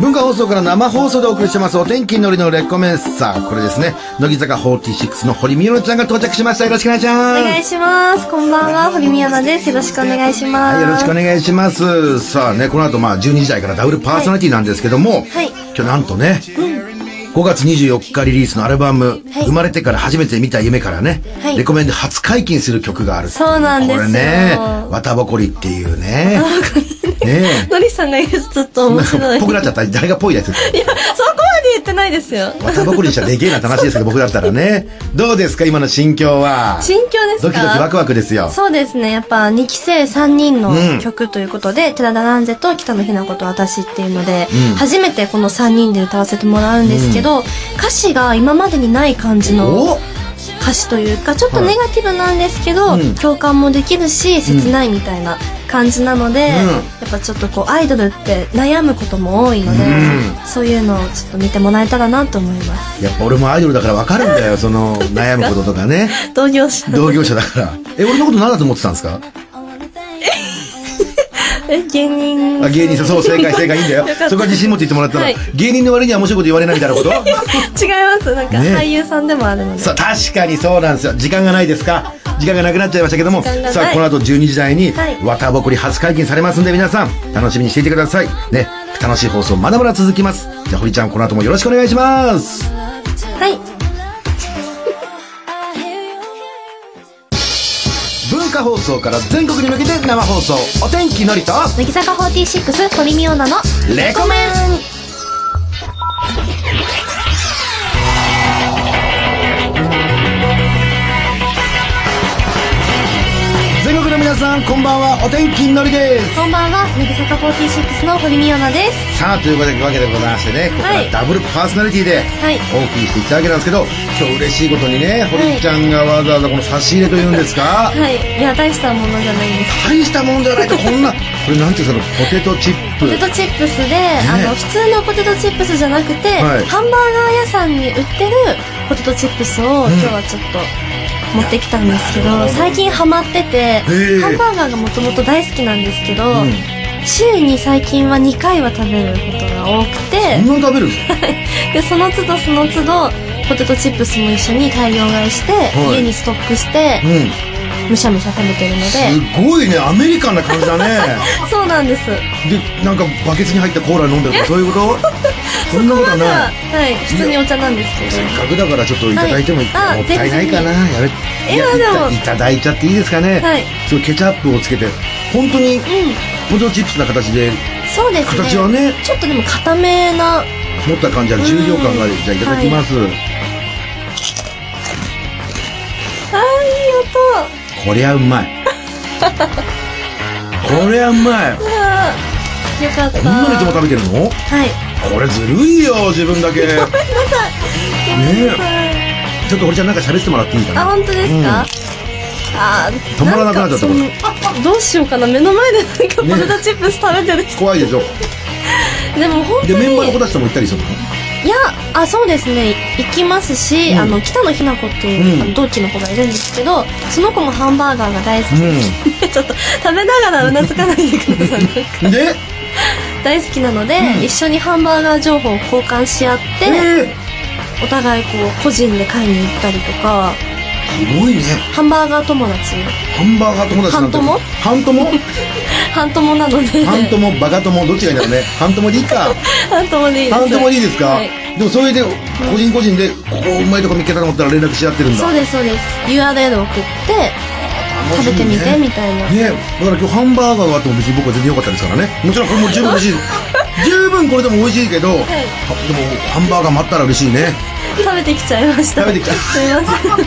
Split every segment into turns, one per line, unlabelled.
文化放送から生放送でお送りしてますお天気のりのレコメンサーこれですね乃木坂46の堀美桜ちゃんが到着しましたよろしくお願いし
お
ます
願いします。こんばんは、堀美奈です。よろしくお願いします。
はい、よろしくお願いします。さあね、この後まあ12時台からダブルパーソナリティなんですけども、
はい
今日なんとね、5月24日リリースのアルバム、
はい
生まれてから初めて見た夢からね、
はい
レコメンで初解禁する曲がある。
そうなんですよ
これね、綿ぼこりっていうね。ね
のりさんが言うとちょっと
え。
面
な
白
ん
い。
か
い
僕らだったら誰がぽいやつ。
や、そこまで言ってないですよ。
綿ぼこりにしちゃでけえなって話ですけど、僕だったらね。どうですか今の心境は。
心境ですか
ドキドキワクワクですよ。
そうですね。やっぱ2期生3人
うん
の曲ということで、寺田蘭世と北野日向子と私っていうので、初めてこの3人で歌わせてもらうんですけど、歌詞が今までにない感じの
お
歌詞というか、ちょっとネガティブなんですけど、
うん
共感もできるし、切ないみたいな感じなので、
うん
やっぱちょっとこうアイドルって悩むことも多いので、
う
そういうのをちょっと見てもらえたらなと思います。
やっぱ俺もアイドルだからわかるんだよ、その悩むこととかね。
同業者。
同業者だから。え、俺のこと何だと思ってたんですか
え芸人。
あ芸人さん、そう、正 解、正解、いいんだよ
かっ。た
そこは自信持って言ってもらったら、
はい
芸人の割には面白いこと言われないみたいな こと
違いますなんか
ね
俳優さんでもあるので、
さあ、確かにそうなんですよ。時間がないですか時間がなくなっちゃいましたけども、
時間がない
さあ、この後12時台に
はい、
綿ぼこり初解禁されますんで、皆さん、楽しみにしていてください。ね、楽しい放送、まだまだ続きます。じゃあ、堀ちゃん、この後もよろしくお願いします。
はい
文化放送から全国に向けて生放送、お天気のりと、
乃木坂46堀美央奈の
レコメン全国の皆さんこんばんはお天気のりです
こんばんは乃木坂46の堀美央奈です
さあというわけでございましてねここか
は
ら
い
ダブルパーソナリティで
はい
お送りしていったわけなんですけど、今日嬉しいことにね堀ちゃんがわざわざこの差し入れというんですか、
はいいや大したものじゃないんです
大したもんじゃないかこんなこれなんていうのポテトチップ
ポテトチップスで、あの普通のポテトチップスじゃなくて、
はい
ハンバーガー屋さんに売ってるポテトチップスを今日はちょっと持ってきたんですけど、最近ハマってて
ー
ハンバーガーがもともと大好きなんですけど、
うん
週に最近は2回は食べることが多くて、
こんなん食べる
でその都度その都度ポテトチップスも一緒に大量買いして、
い
家にストックして
う、ん
むしゃむしゃ食べてるのです
ごいねアメリカンな感じだね
そうなんです
でなんかバケツに入ったコーラ飲んでるとかそういうこと そんなことは
ま
な
だ
い
はい普通にお茶なんですけど
せっかくだからちょっといただいてもいい、
はいあ
もったいないかなやべ
え
いや
まあでも
いたいただいちゃっていいですかね、
はい
そうケチャップをつけて本当に
うん
ポテトチップスな形で
そうですね
形はね
ちょっとでも固めな
持った感じは重量感があるじゃあいただきます、
あー
こりゃうまいこりゃうまい
いい音あーよかった
こんなにいつも食べてるの
はい
これずるいよ自分だけ
ごめんなさい
ちょっと堀ちゃんなんか喋ってもらっていいかな
あ本当です
うん
か、あー
止まらなくなっちゃったこれ
んかそのどうしようかな目の前でなんかポ
ね
テトチップス食べてる人、
怖いでしょ
でも本当
で
に
メンバーの子たちとも行ったりするの
いやあそうですね行きますし、
うん
あの北野日向子っていう、
うん
あの同期の子がいるんですけどその子もハンバーガーが大好き、
う
ちょっと食べながらうなずかないでくださいなんか
で
大好きなので、
うん
一緒にハンバーガー情報を交換し合って、
え
お互いこう個人で買いに行ったりとか
ー、すごいね
ハンバーガー友達
ハンバーガー友達なんて半友
半友なので
半友バカ友どっちがいいんだろうね半友 でいいか
半友でいいです
半友でいいですか、
はい
でもそれで個人個人でここうまいとこ見っけたと思ったら連絡し合ってるんだ
そうですそうです URL を送って
楽
食
し
べ
い
てみてみたいな、
ねだから今日ハンバーガーがあっても別に僕は全然良かったですからねもちろんこれも十分美 味しい十分これでも美味しいけど、はでもハンバーガー待ったら嬉しいね
食べてきちゃいました
食べてきちゃう
すいません
確か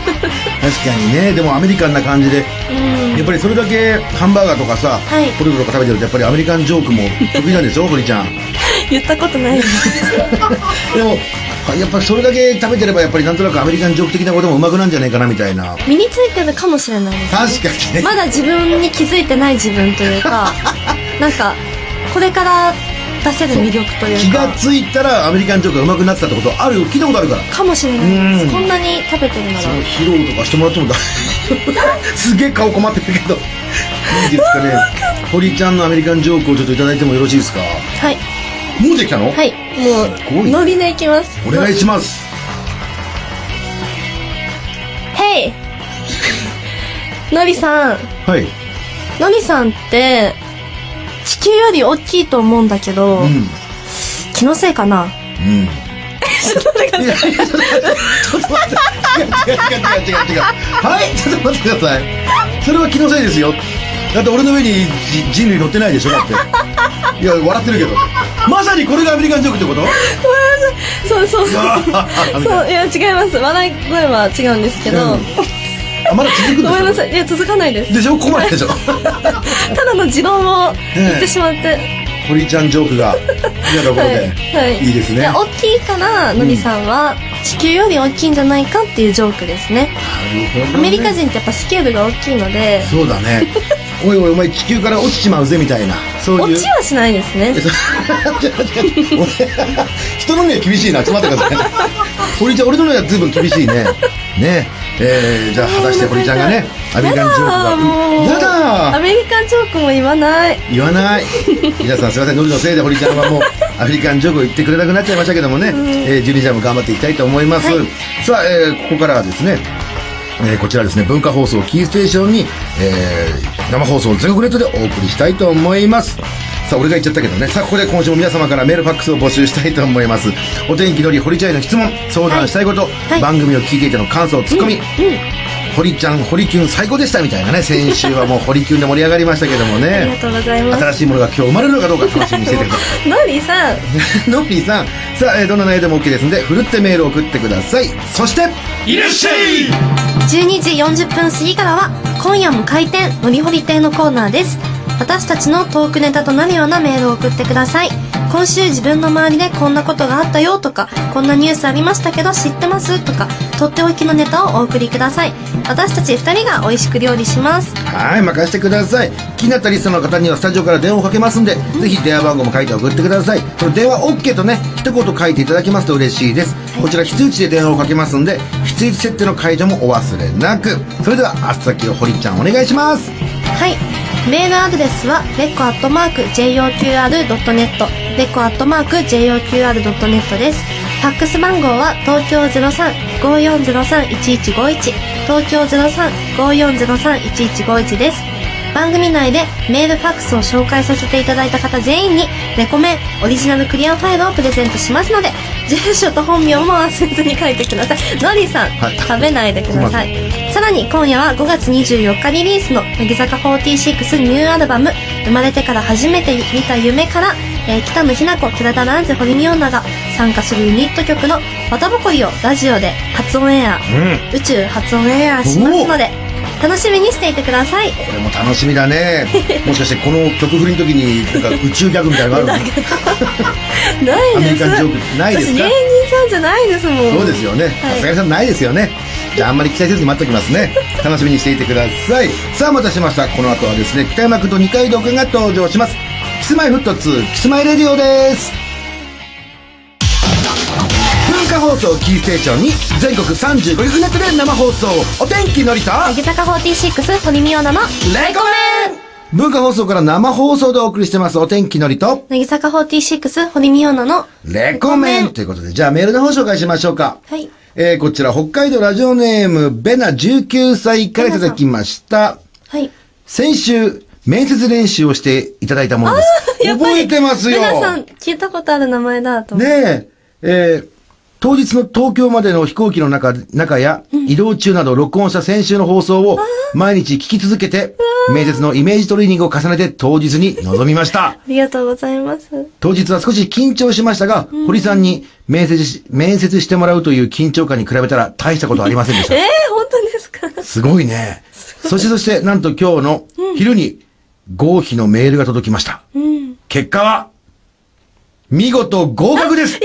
にねでもアメリカンな感じで
うん
やっぱりそれだけハンバーガーとかさ、
はい
ポテトとか食べてるとやっぱりアメリカンジョークも得意なんでしょ堀ちゃん
言ったことない です
でもやっぱりそれだけ食べてればやっぱりなんとなくアメリカンジョーク的なこともうまくなんじゃないかなみたいな
身についてるかもしれないです、
確かにね
まだ自分に気づいてない自分とい うかなんかこれから出せる魅力とい
気
うか
がついたらアメリカンジョークがうまくなってたってことあるよ聞いたことあるから
かもしれないで
うん
すこんなに食べてるなら
その披露とかしてもらってもだ すげえ顔困ってるけどいいですかね堀ちゃんのアメリカンジョークをちょっといただいてもよろしいですか
はい
もうできたの
はい
す
も
ご
う
い
ノリでいきます
お願いします
ヘイ のりさん
はい
のりさんって地球より大きいと思うんだけど、
うん
気のせいかな
うんいやいやちょっと待って違う違う違う違う違う違うはいちょっと待ってくださいそれは気のせいですよだって俺の上にじ人類乗ってないでしょだっていや笑ってるけどまさにこれがアメリカンジョークってこと
そうそうそう
わあみたい
そういや違います笑い声は違うんですけど、
うんあまだ続くんです
ごめんなさ
い
いいや続かないです
でしょここまででしょ
ただの持論を言ってしまって、
堀ちゃんジョークがいやところで、
はいはい
いですね
で
なる
大きいからのりさんは地球より大きいんじゃないかっていうジョークですね
ほどね
アメリカ人ってやっぱスケールが大きいので
そうだねおいおいお前地球から落ちちまうぜみたいなそうい
落
う
ちはしないですね
俺人の目は厳しいなちょっと待ってください堀ちゃん俺の目は随分厳しいねねえー、じゃあ果たして堀ちゃんがねアメリカンジョークが
やだもう
やだ
アメリカンジョークも言わない
言わない皆さんすいませんのりのせいで堀ちゃんはもうアフリカンジョークを言ってくれなくなっちゃいましたけどもね、えー、ジュニちゃんも頑張っていきたいと思います、
はい
さあ、えーここからはですねえーこちらですね文化放送キーステーションに、えー生放送全国ネットでお送りしたいと思いますさあ俺が言っちゃったけどねさあここで今週も皆様からメールファックスを募集したいと思いますお天気のり堀ちゃんへの質問相談したいこと、
い
番組を聞いていての感想ツッコミ、
うん
堀ちゃん堀キュン最高でしたみたいなね先週はもう堀キュンで盛り上がりましたけども
あ
ね
りがとうございます
新しいものが今日生まれるのかどうか楽しみにしててくださ
のりさん
いノッピーさんさあ、えーどんな内容でも OK ですのでふるってメールを送ってくださいそして
いらっしゃい
12時40分過ぎからは今夜も開店のりほり亭のコーナーです私たちのトークネタとなるようなメールを送ってください今週自分の周りでこんなことがあったよとかこんなニュースありましたけど知ってますとかとっておきのネタをお送りください私たち2人が美味しく料理します
はい任せてください気になったリストの方にはスタジオから電話をかけますんで、ぜひ電話番号も書いて送ってくださいその電話 OK とね一言書いていただきますと嬉しいです、こちら非通知で電話をかけますんで非通知設定の解除もお忘れなくそれではあっさきの堀ちゃんお願いします
はい。メールアドレスは、レコアットマーク JOQR.net、レコアットマーク JOQR.net です。ファックス番号は、東京03-5403-1151、東京03-5403-1151です。番組内でメールファックスを紹介させていただいた方全員に、レコメンオリジナルクリアファイルをプレゼントしますので、住所と本名も忘れずに書いてください。ノリさん、
はい
食べないでください。さらに今夜は5月24日リリースの乃木坂46ニューアルバム「生まれてから初めて見た夢」から、えー北野日向子寺田蘭瀬堀美央奈が参加するユニット曲の「綿ぼこり」をラジオで初オンエア
うん
宇宙初オンエアしますので楽しみにしていてください
これも楽しみだねもしかしてこの曲振りの時になんか宇宙ギャグみたいなのがあるの
ない
アメ
で
リ
す
カンジョークないです
私
か
芸人さんじゃないですもん
そうですよね。
はい
さすがさんないですよね。じゃああんまり期待せずに待っておきますね。楽しみにしていてください。さあお待たせしました。この後はですね、北山くんと二階堂くんが登場します。キスマイフット2、キスマイレディオです。文化放送キーステーションに全国35局ネットで生放送。お天気のりと、
乃木坂46堀美央奈の
レコメン文化放送から生放送でお送りしてます。お天気のりと、
乃木坂46堀美央奈の
レコメンということで、じゃあメールの方紹介しましょうか。
はい
えー、こちら、北海道ラジオネーム、ベナ19歳からいただきました。
はい
先週、面接練習をしていただいたものです。
やっぱり
覚えてますよ
皆さん聞いたことある名前だと思う
ねえ、えー当日の東京までの飛行機の中、中や、移動中など録音した先週の放送を毎日聞き続けて、面接のイメージトレーニングを重ねて当日に臨みま した。
ありがとうございます。
当日は少し緊張しましたが、堀さんに面接し、面接してもらうという緊張感に比べたら大したことありませんでし
え
た
ー、。本当ですか
すごいね。そしてそして、なんと今日の昼に合否のメールが届きました。
うん。
結果は、見事合格ですや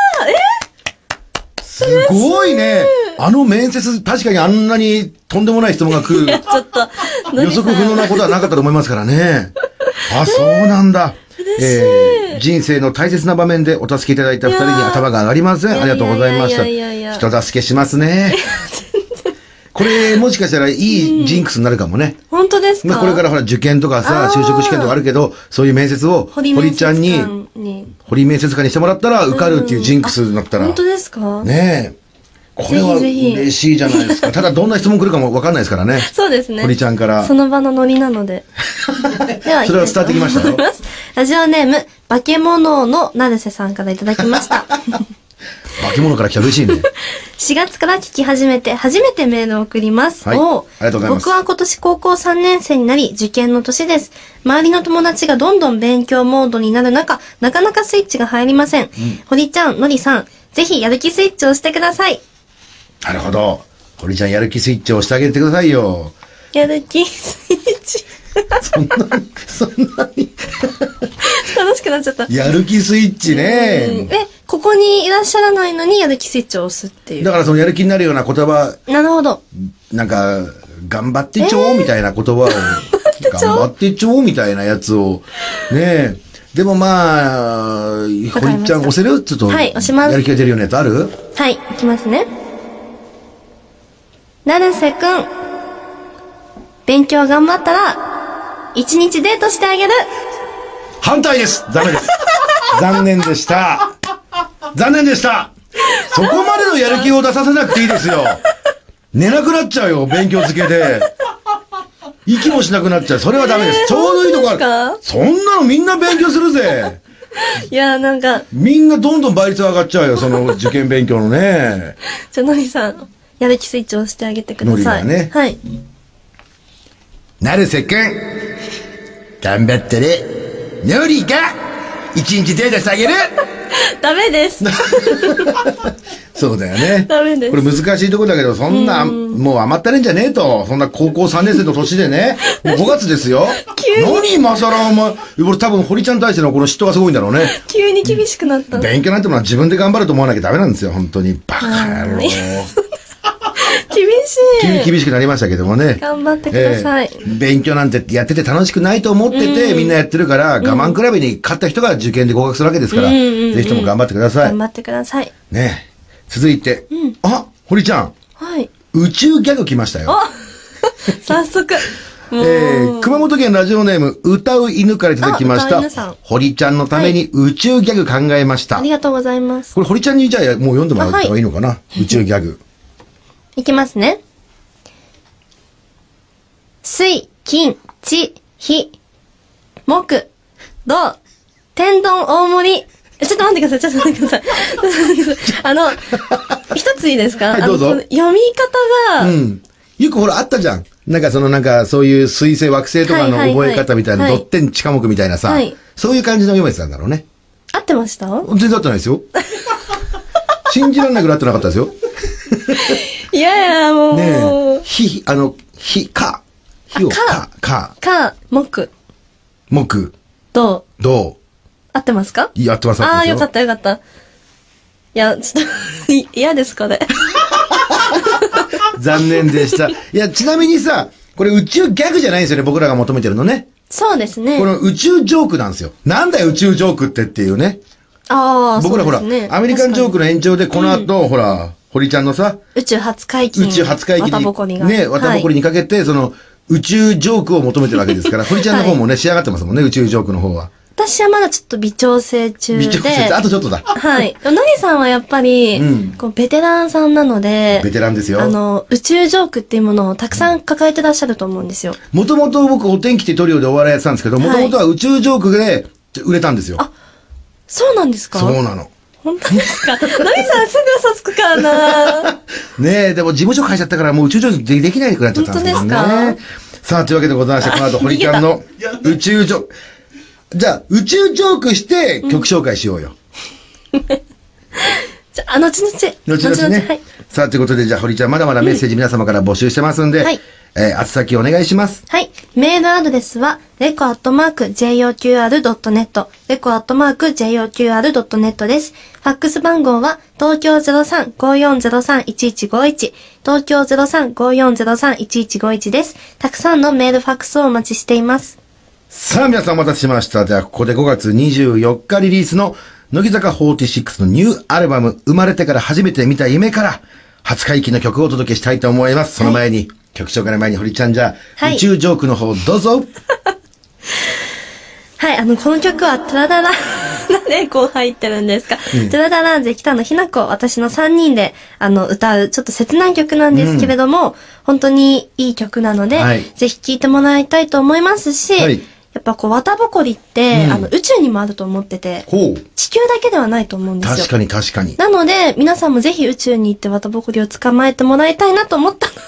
ったーえすごいね。あの面接、確かにあんなにとんでもない質問が来る。
ちょっと、の
予
りさ
測
ん
不能なことはなかったと思いますから ね。あ、そうなんだ。えー人生の大切な場面でお助けいただいた二人に
いやー
頭が上がりません。
いや
ありがとうございました。
いやいやいやいや
人助けします ね。これ、もしかしたらいいジンクスになるかもね。
本当です
ま
か
あこれからほら受験とかさ
あ、ー
就職試験とかあるけど、そういう面接を、
堀面
堀
接
ちゃんに
官に
堀井面接官にしてもらったら受かるっていうジンクスだったら。
本当ですか
ねえ。これは
ぜひぜひ
嬉しいじゃないですか。ただどんな質問来るかもわかんないですからね。
そうですね。
堀ちゃんから
その場のノリな ので。では、
それは伝わってきましたよ
いいと思いますラジオネーム、化け物の成瀬さんからいただきました。
化け物から来たら嬉しいね。
4月から聞き始めて、初めてメールを送ります。
はい
お
ありがとうございます
僕は今年高校3年生になり、受験の年です。周りの友達がどんどん勉強モードになる中、なかなかスイッチが入りません。堀ちゃん、のりさん、ぜひやる気スイッチをしてください。
なるほど。堀ちゃんやる気スイッチを押してあげてくださいよ。
やる気スイッチ。
そんなに、そんなに。
楽しくなっちゃった。
やる気スイッチ
うん
ね。
え、ここにいらっしゃらないのにやる気スイッチを押すっていう
だ。からそのやる気になるような言葉、
なるほど。
なんか、頑張ってちょーみたいな言葉 を、頑張ってちょーみたいなやつを、ねえ。でもまあ、堀
かりました
ちゃん押せるちょっと、
はい押します
やる気が出るようなやつある
はい、いきますね。なるせくん。勉強頑張ったら、一日デートしてあげる。
反対ですダメ です残念でした残念でしたそこまでのやる気を出させなくていいですよ寝なくなっちゃうよ、勉強漬けで。息もしなくなっちゃう。それはダメです。
えー
ちょうどいいとこあ
本当
る。そんなのみんな勉強するぜ。
いやーなんか、
みんなどんどん倍率上がっちゃうよ、その受験勉強のね。
じゃあのりさん、やる気スイッチを押してあげてください。
のりがね
はい。
なるせくん、頑張ってね。のりが、一日データしてあげる
ダメです。
そうだよね。
ダメです
これ難しいところだけど、そんな、もう余ったれんじゃねえと。そんな高校3年生の年で ね。もう5月ですよ。何今更お前、俺多分堀ちゃんに対してのこの嫉妬がすごいんだろうね。
急に厳しくなった。
勉強なんてものは自分で頑張ると思わなきゃダメなんですよ、本当に。バカ野郎。
厳し
急に
い。
厳しくなりましたけどもね。
頑張ってください
ええ勉強なんてやってて楽しくないと思ってて、みんなやってるから、我慢比べに勝った人が受験で合格するわけですから、
うんうんうん
ぜひとも頑張ってください
頑。張ってください。
ね続いて、あ、堀ちゃん、
はい。
宇宙ギャグ来ましたよ。
あ早速。もう
えー、熊本県ラジオネーム、歌う犬からいただきまし
あ歌う犬さ
た
ん。
堀ちゃんのために宇宙ギャグ考えました。
ありがとうございます。
これ堀ちゃんにじゃあもう読んでもらった方がいいのかな、 宇宙ギャグ。
いきますね。水、金、地、火、木、土、天丼大盛り。えちょっと待ってください、ちょっと待ってください。ちょっと待ってくださいあの、一ついいですか、
はいどうぞ
あのこの読み方が、
うん。よくほらあったじゃん。なんかそのなんかそういう水星惑星とかの
はいはいは
覚
い
え方みたいな、
はい
ドッテン地下目みたいなさ、
はい
そういう感じの読めてたんだろうね。
合ってました
全然合ってない ですよ。信じられなくなってなかったですよ。
いやいや、もう、
ねえ。ひ、あの、ひ、か。ひを
か
か、か、
か、木、
木、
土、
ど
合ってますか
う、やってます
ああ
合
ー、よ
ます
かったよかった。いや、ちょっと い、嫌ですかね。
残念でした。いや、ちなみにさ、これ宇宙ギャグじゃないんですよね、僕らが求めてるのね。
そうですね
こ。の宇宙ジョークなんですよ。なんだよ、宇宙ジョークってっていうね。
ああ、
僕らほら、
そうですね
アメリカンジョークの延長で、この後、ほら、堀ちゃんのさ、
宇宙初解禁。
宇宙初回帰
綿ぼこり
に、
が。
ね、綿ぼこり
に。
にかけて、その、宇宙ジョークを求めてるわけですから、堀ちゃんの方も ね、仕上がってますもんね、宇宙ジョークの方は。
私はまだちょっと微調整中で。
微調整、あとちょっとだ。
はい。でもなぎさんはやっぱり、
うん
こう、ベテランさんなので、
ベテランですよ
あの、宇宙ジョークっていうものをたくさん抱えてらっしゃると思うんですよ。
もともと僕、お天気ってトリオでお笑いやってたんですけど、もともとは宇宙ジョークで売れたんですよ。
そうなんですか
そうなの。
本当ですか なぎさんすぐ嘘つくから な
ねえ、でも事務所変えちゃったからもう宇宙上でできないくなっちゃったんですけど
本当
ね
で。
さあ、というわけでございま して、この後堀ちゃんの宇宙ジョーク。じゃあ、宇宙ジョークして曲紹介しようよ。
じゃあ、後々。
後々ね。
はい。
さあ、ということで、じゃあ堀ちゃんまだまだメッセージ皆様から募集してますんで、
はい
えー、あつ先お願いします。
はい。メールアドレスは、レコアットマーク JOQR.net、レコアットマーク JOQR.net です。ファックス番号は、東京03-5403-1151、東京03-5403-1151です。たくさんのメールファックスをお待ちしています。
さあ、皆さんお待たせしました。では、ここで5月24日リリースの、乃木坂46のニューアルバム、生まれてから初めて見た夢から、初回帰の曲をお届けしたいと思います。その前に、曲紹介の前に堀ちゃんじゃあ、
はい
宇宙ジョークの方どうぞ
はい、あの、この曲は、タラララ、ララ ね、こう入ってるんですか。トゥラダランゼ、北野ひな子、私の3人で、あの、歌う、ちょっと切ない曲なんですけれども、本当にいい曲なので、
はい
ぜひ聴いてもらいたいと思いますし、
はい
やっぱこう、綿ぼこりって、
うん
あの、宇宙にもあると思ってて、
ほう。
地球だけではないと思うんですよ。
確かに確かに。
なので、皆さんもぜひ宇宙に行って綿ぼこりを捕まえてもらいたいなと思ったので、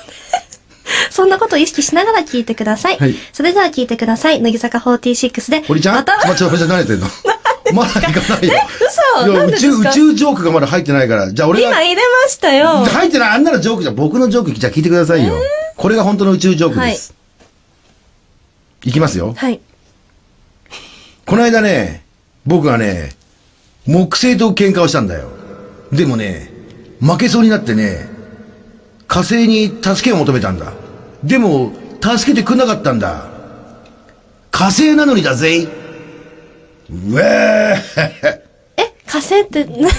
そんなことを意識しながら聞いてください。
はい
それでは聞いてください。乃木坂46で。
堀ちゃんち
ま
ょ
た、
っと待って、堀ちゃん慣れて んのまだ行かないよ。
嘘
いや
なんで
宇
で
宙、
す
宇
か
宙ジョークがまだ入ってないから。じゃあ俺が。
今入れましたよ。
入ってない。あんなのジョークじゃん、僕のジョーク、じゃあ聞いてくださいよ。これが本当の宇宙ジョークです。いきますよ。
はい。
この間ね、僕はね、木星と喧嘩をしたんだよ。でもね、負けそうになってね、火星に助けを求めたんだ。でも、助けてくれなかったんだ。火星なのにだぜうえー
え、火星って、 なわかんないよ。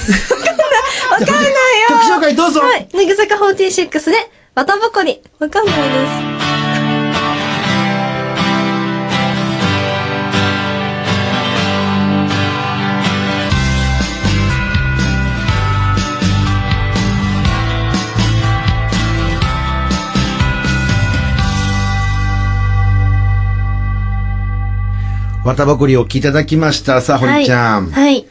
曲紹介どうぞ
はい。乃木坂46で、綿ぼこり。わかんないです。
綿ぼこりを聞いていただきました。さあ、堀ちゃん。
はい。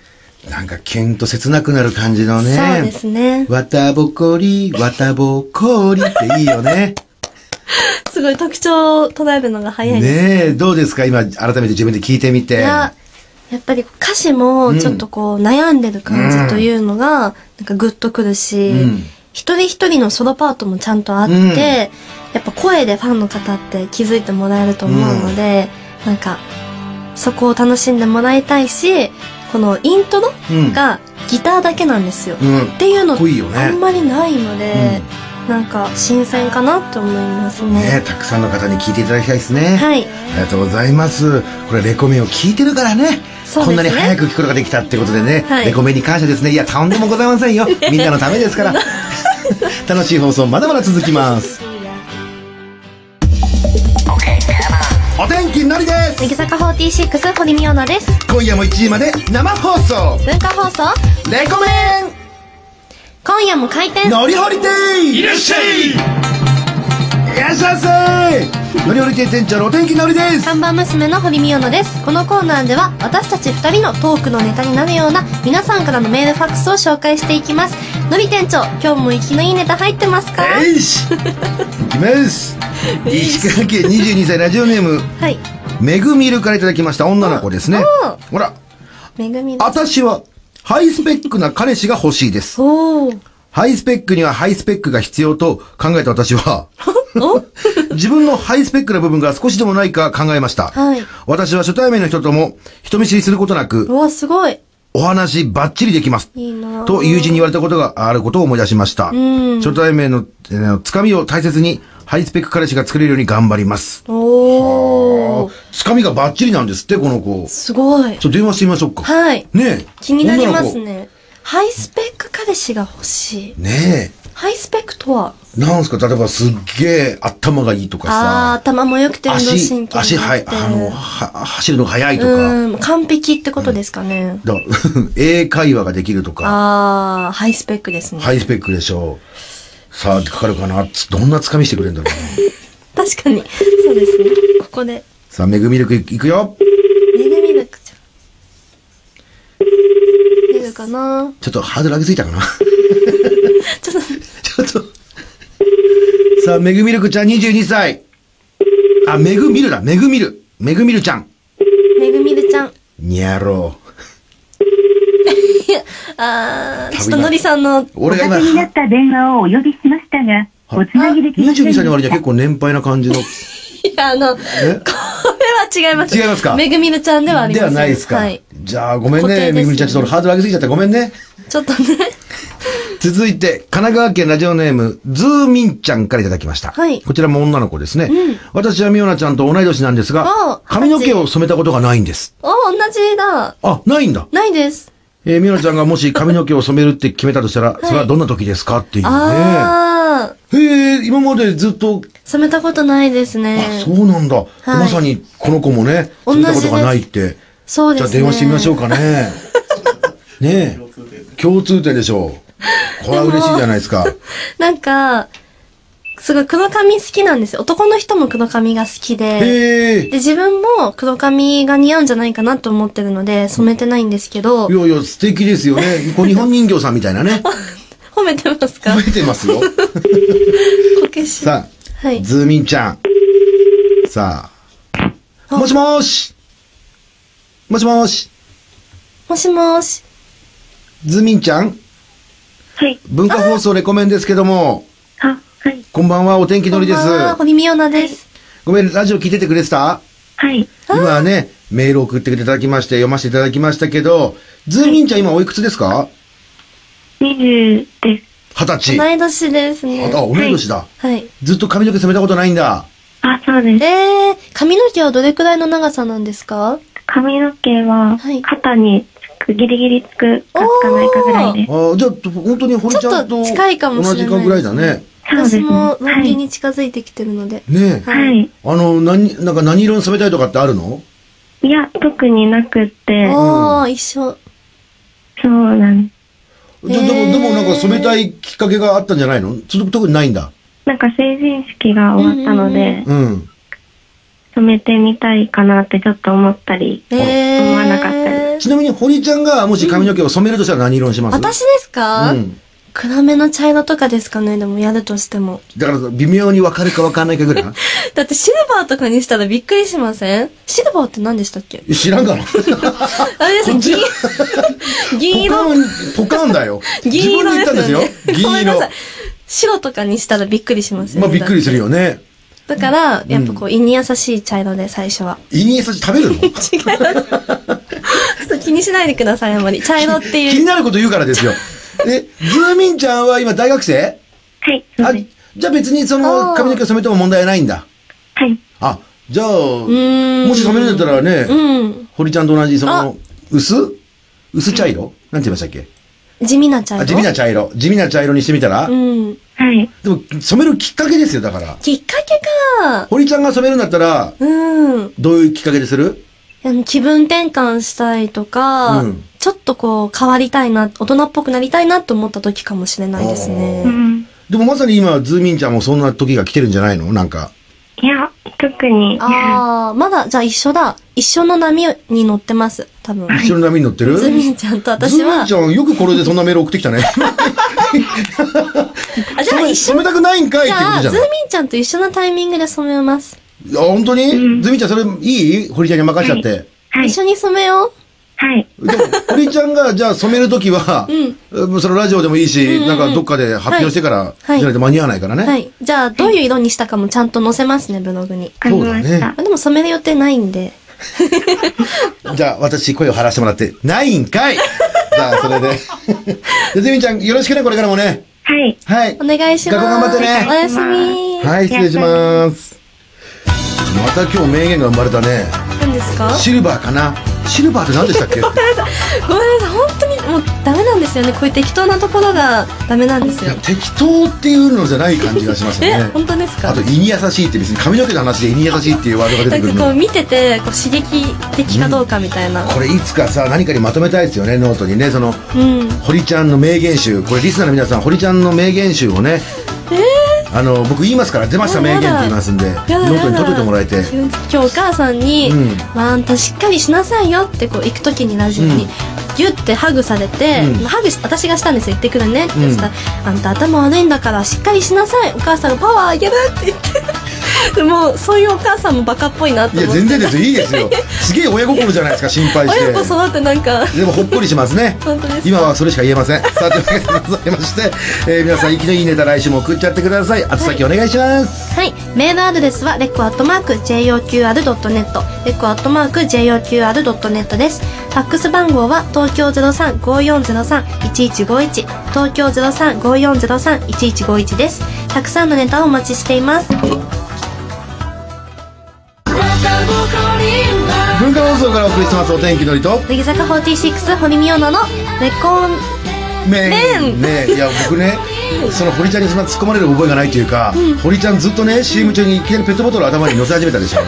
なんか、キュンと切なくなる感じのね。
そうですね
綿ぼこり、綿ぼこりっていいよね。
すごい特徴を捉えるのが早いです。
ねえ、どうですか今、改めて自分で聞いてみ
い
て。
や、やっぱり歌詞もちょっとこう悩んでる感じというのが、なんかグッとくるし、
うん
一人一人のソロパートもちゃんとあって、
うん
やっぱ声でファンの方って気づいてもらえると思うので、なんか、そこを楽しんでもらいたいし、このイントロ
うん
がギターだけなんですよ。
うん。
っていうの
かっこいいよね
あんまりないので、なんか新鮮かなと思います
ねえ、
ね。
たくさんの方に聞いていただきたいですね。
はい。
ありがとうございます。これ、レコメンを聞いてるからね。
そうですね
こんなに早く聞くことができたってことでね、
はい
レコメンに感謝ですね。いや、とんでもございませんよ。 みんなのためですから。楽しい放送、まだまだ続きます。お天気のりです
乃木坂46堀美央奈です。
今夜も1時まで生放送
文化放送
レコメ
今夜も開
ン
店
のりほり亭いらっしゃいいらっしゃいませのりほり亭店長のお天気のりです
看板娘の堀美央奈です。このコーナーでは私たち二人のトークのネタになるような皆さんからのメールファックスを紹介していきます。のり店長、今日も息のいいネタ入ってますか
えいしいきます石川県22歳ラジオネーム
はい。
めぐみるからいただきました女の子ですね
おお
ほら
めぐみです。
私はハイスペックな彼氏が欲しいです
おー。
ハイスペックにはハイスペックが必要と考えた私は
お
自分のハイスペックな部分が少しでもないか考えました。
はい
私は初対面の人とも人見知りすることな
う
く、
わ、すごい。
お話バッチリできます。
いいなぁ
と友人に言われたことがあることを思い出しました。
ん
初対面の、えーつかみを大切に、ハイスペック彼氏が作れるように頑張ります。
おー。
つかみがバッチリなんですって、この子。ち
すごい。
ょっと電話してみましょうか。
はい。
ねえ。
気になります
女の
ね。ハイスペック彼氏が欲しい。
子。ね
ハイスペックとは
え。なんすか例えばすっげえ頭がいいとか
あ
さ。
あー、頭も良くて運動
足
神経も良く、て。
足、はい、あの、は走るのが速いとか。
うん、完璧ってことですかね。
だから 英会話ができるとか、
ああ、ハイスペックですね。
ハイスペックでしょう。さあ、かかるかなつどんなつかみしてくれるんだろうな。
確かに。そうですね。ここで。
さあ、めぐみるくいいくよ。
メグミルクちゃん。出るかな
ちょっとハードル上げすぎたかな。
ちょっ
ちょっと。さあ、めぐみるくちゃん22歳。あ、めぐみるだ、めぐみる。めぐみるちゃん。
と、メグミルちゃん。
にゃろう。
ああ、ちょっとのりさんの、
俺が今、
おかけにな
は
った電話をお呼びしましたが、おつなぎできませ
22
んで
歳
した。
の割には結構年配な感 じの。
いや、あの、これ
え
は違います。
違いますか
メグミルちゃんではありま
で
せん。
はないですか。
はい。
じゃあ、ごめん
固定で
ね、
す
めぐみちゃん。ちょっと俺ハードル上げすぎちゃった。ごめんね。
ちょっと ね。
続いて、神奈川県ラジオネーム、ズーミンちゃんからいただきました。
はい
こちらも女の子ですね。私はミオナちゃんと同い年なんですが
お、
髪の毛を染めたことがないんです。
お、同じだ。
あ、ないんだ。
ないです。
えー、ミオナちゃんがもし髪の毛を染めるって決めたとしたら、それはどんな時ですかっていうね。
ああ、
へえ、今までずっと、
染めたことないですね。
あ、そうなんだ。まさにこの子もね、
同
染
じ
め
で
たこ
す
とがないって。
そうで
じ
す
ゃあ電
ね。
話してみましょうかね。ね
共通点で
え、共通点でしょう。これは嬉しいじゃないですか。
なんか、すごい黒髪好きなんですよ。男の人も黒髪が好きで。
へえ
で、。自分も黒髪が似合うんじゃないかなと思ってるので、染めてないんですけど
い、やいや、素敵ですよね。こう日本人形さんみたいなね。
褒めてますか
褒めてますよ。
こけし。
さあ、
はい
ズーミンちゃん。さあ、
あ
もしもーし。もしもーし。
もしもし。
ズーミンちゃん、
はい。
文化放送レコメンですけども、
あ、はい。
こんばんは、お天気のりです
こ。んばんは堀美央奈です。
ごめん、ラジオ聞いててくれてた
はい。
今ね、メール送っていただきまして、読ませていただきましたけど、ズーミンちゃん今おいくつですか二十歳。
同
20です。
い年ですね。
あ、おめ年だ。
はい。
ずっと髪の毛染めたことないんだ。
あ、そうです。
えー、髪の毛はどれくらいの長さなんですか
髪の毛は
はい、
肩につく、ギリギリつくかつかないかぐらいです。
ああ、じゃあ、本当に堀ちゃん
ちょ
と
っと近いかもしれない
同じ間ぐらいだね。
そうで
私
すね。
もロン
は
毛
い。
に近づいてきてるので。
ねえ。
はい。
あの、何、なんか何色に染めたいとかってあるの
いや、特になくって、
おー、一緒。
そうなんです。
ででも、
へえ
でもなんか染めたいきっかけがあったんじゃないのそ特にないんだ。
なんか成人式が終わったので、
うん。
染めてみたいかなってちょっと思ったり、
えー、
思わなかったで
ちなみに堀ちゃんがもし髪の毛を染めるとしたら何色にします
私ですか、
うん。
暗めの茶色とかですかねでもやるとしても。
だから微妙に分かるか分かんないかぐらいな
だってシルバーとかにしたらびっくりしませんシルバーって何でしたっけ
え 知らんがな。
あれです
こっち
銀、銀
ポカ
色。
ン、ポカンだ よ。
銀
自
色
分で言ったんですよ。
ですよね
銀
ごめんな
色
さ。い白とかにしたらびっくりしますよ
まあ
ね。
びっくりするよね。
だから、やっぱこう、胃に優しい茶色で最初は。
イニエスタ食べる の
違います。ちょっと気にしないでください、あんまり。茶色って
気
い
に
う。
なること言うからですよ。え、ズーミンちゃんは今大学生
す。はい、そ
あ
うです。、
じゃあ別にその
あー
髪の毛を染めても問題ないんだ。
はい。
あ、じゃあ、
ーん
もし染めるんだったらね、
うん。
堀ちゃんと同じ、そ
あ
の、薄薄茶色、なんて言いましたっけ
地味な茶色。
あ、地味な茶色。地味な茶色にしてみたら、
うん。
はい。
でも、染めるきっかけですよ、だから。
きっかけか。
堀ちゃんが染めるんだったら、
うん。
どういうきっかけでする
あの気分転換したいとか、
うん
ちょっとこう変わりたいな、大人っぽくなりたいなと思った時かもしれないです
う
ね。
ん。
でもまさに今、ズーミンちゃんもそんな時が来てるんじゃないのなんか。
いや、特に。
ああ、まだ、じゃあ一緒だ。一緒の波に乗ってます、多分。
後ろの波に乗ってる
ズミンちゃんと私は、あ、
ズ
じ
ーミンちゃん、よくこれでそんなメール送ってき たね。
ゃ
染
あ
め
一緒、
染めたくないんかい
じ
ってこ
ゃ
と
あ、
じ
ズ
ゃ
ミ
ない
ンちゃんと一緒のタイミングで染めます。
いや、本当に、ズーミンちゃん、それいい堀ちゃんに任せちゃって。
はい
一。緒に染めよ
はい。
でも、堀ちゃんが、じゃあ染めるときは、うん、そのラジオでもいいし、なんかどっかで発表してから、じゃないと間に合わないから
う。
ね。
はい。じゃあ、どういう色にしたかもちゃんと載せますね、ブログに。
わかりま
そうだ
した
ね。
あでも染める予定ないんで。
じゃあ、私、声を張らせてもらって、ないんかいじゃあ、それで。 で、ズミちゃん、よろしくね、これからもね。
はい。
はい。
お願いします。
学校頑張ってね
おやすみ。
はい、失礼します。また今日名言が生まれたね。
何ですか
シルバーかなシルバーって何でした っけ
ごめんなさい、本当にもうダメなんですよね。こういう適当なところがダメなんです
い
よ
や。適当っていうのじゃない感じがしました
え、
ね。
本当ですか
あと、胃に優しいって別に髪の毛の話で胃に優しいっていうワードが出
な
て
ん
くる
かこう
の。
見てて、こう刺激的かどうかみたいな。
これいつかさ、何かにまとめたいですよね、ノートにね。その、
うん。
堀ちゃんの名言集これリスナーの皆さん堀ちゃんの名言集をね、あの僕言いますから出ました
あ
名言って
やだ
言いますんでノ
やだ
ートに取っといてもらえて
やだ今日お母さんに、
うん
まあ、あんたしっかりしなさいよってこう行く時にラジオに、
うん
ギュッてハグされて、
うん
まあハグし私がしたんですよ行ってくるねって
うん
したら、あんた頭悪いんだからしっかりしなさいお母さんがパワーあげるって言って もうそういうお母さんもバカっぽいなと
いや
思って
全然ですよいいですよすげえ親心じゃないですか心配して
親子育てなんか
でもほっこりしますね
本当ですか
今はそれしか言えませんさあというわけでございまして、えー皆さん息のいいネタ来週も送っちゃってください宛先お願いします、
はい。メールアドレスは、レコアットマーク、JOQR.net、レコアットマーク、JOQR.net です。ファックス番号は、東京03-5403-1151、東京03-5403-1151です。たくさんのネタをお待ちしています。
文化放送からお送りしてますお天気のりと
乃木坂46、堀美央奈の、レコン、
ね
ねん
ねいや僕ねその堀ちゃんにそんな突っ込まれる覚えがないというか、堀ちゃんずっとね CM 中にいきなりペットボトルを頭に乗せ始めたでしょ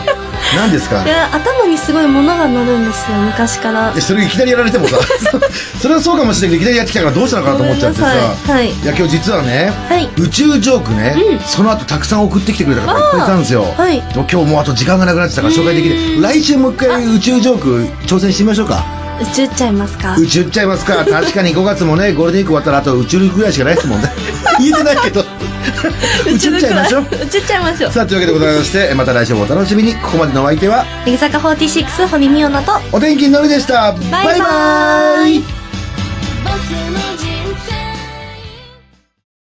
何ですか
いや頭にすごいものが乗るんですよ昔から
でそれいきなりやられてもさ それはそうかもしれないけどいきなりやってきたからどうしたのかなと思っちゃってさ、
ごめんなさいはい
や今日実はね、
はい
宇宙ジョークね、
うん
その後たくさん送ってきてくれた方いっぱいいたんですよ、
はい
でも今日もうあと時間がなくなってたから紹介できない来週もう一回宇宙ジョーク挑戦してみましょうか
宇宙っちゃいますか
宇宙行っちゃいます か確かに5月もねゴールデンウィーク終わったらあと宇宙に行くぐらいしかないですも んね言えてないけど宇宙行っちゃいましょう
宇宙っちゃいましょう
さあというわけでございましてまた来週もお楽しみにここまでのお相手は
乃木坂46堀美央奈と
お天気のりでした
バイバーイ
バイバーイ
僕に時間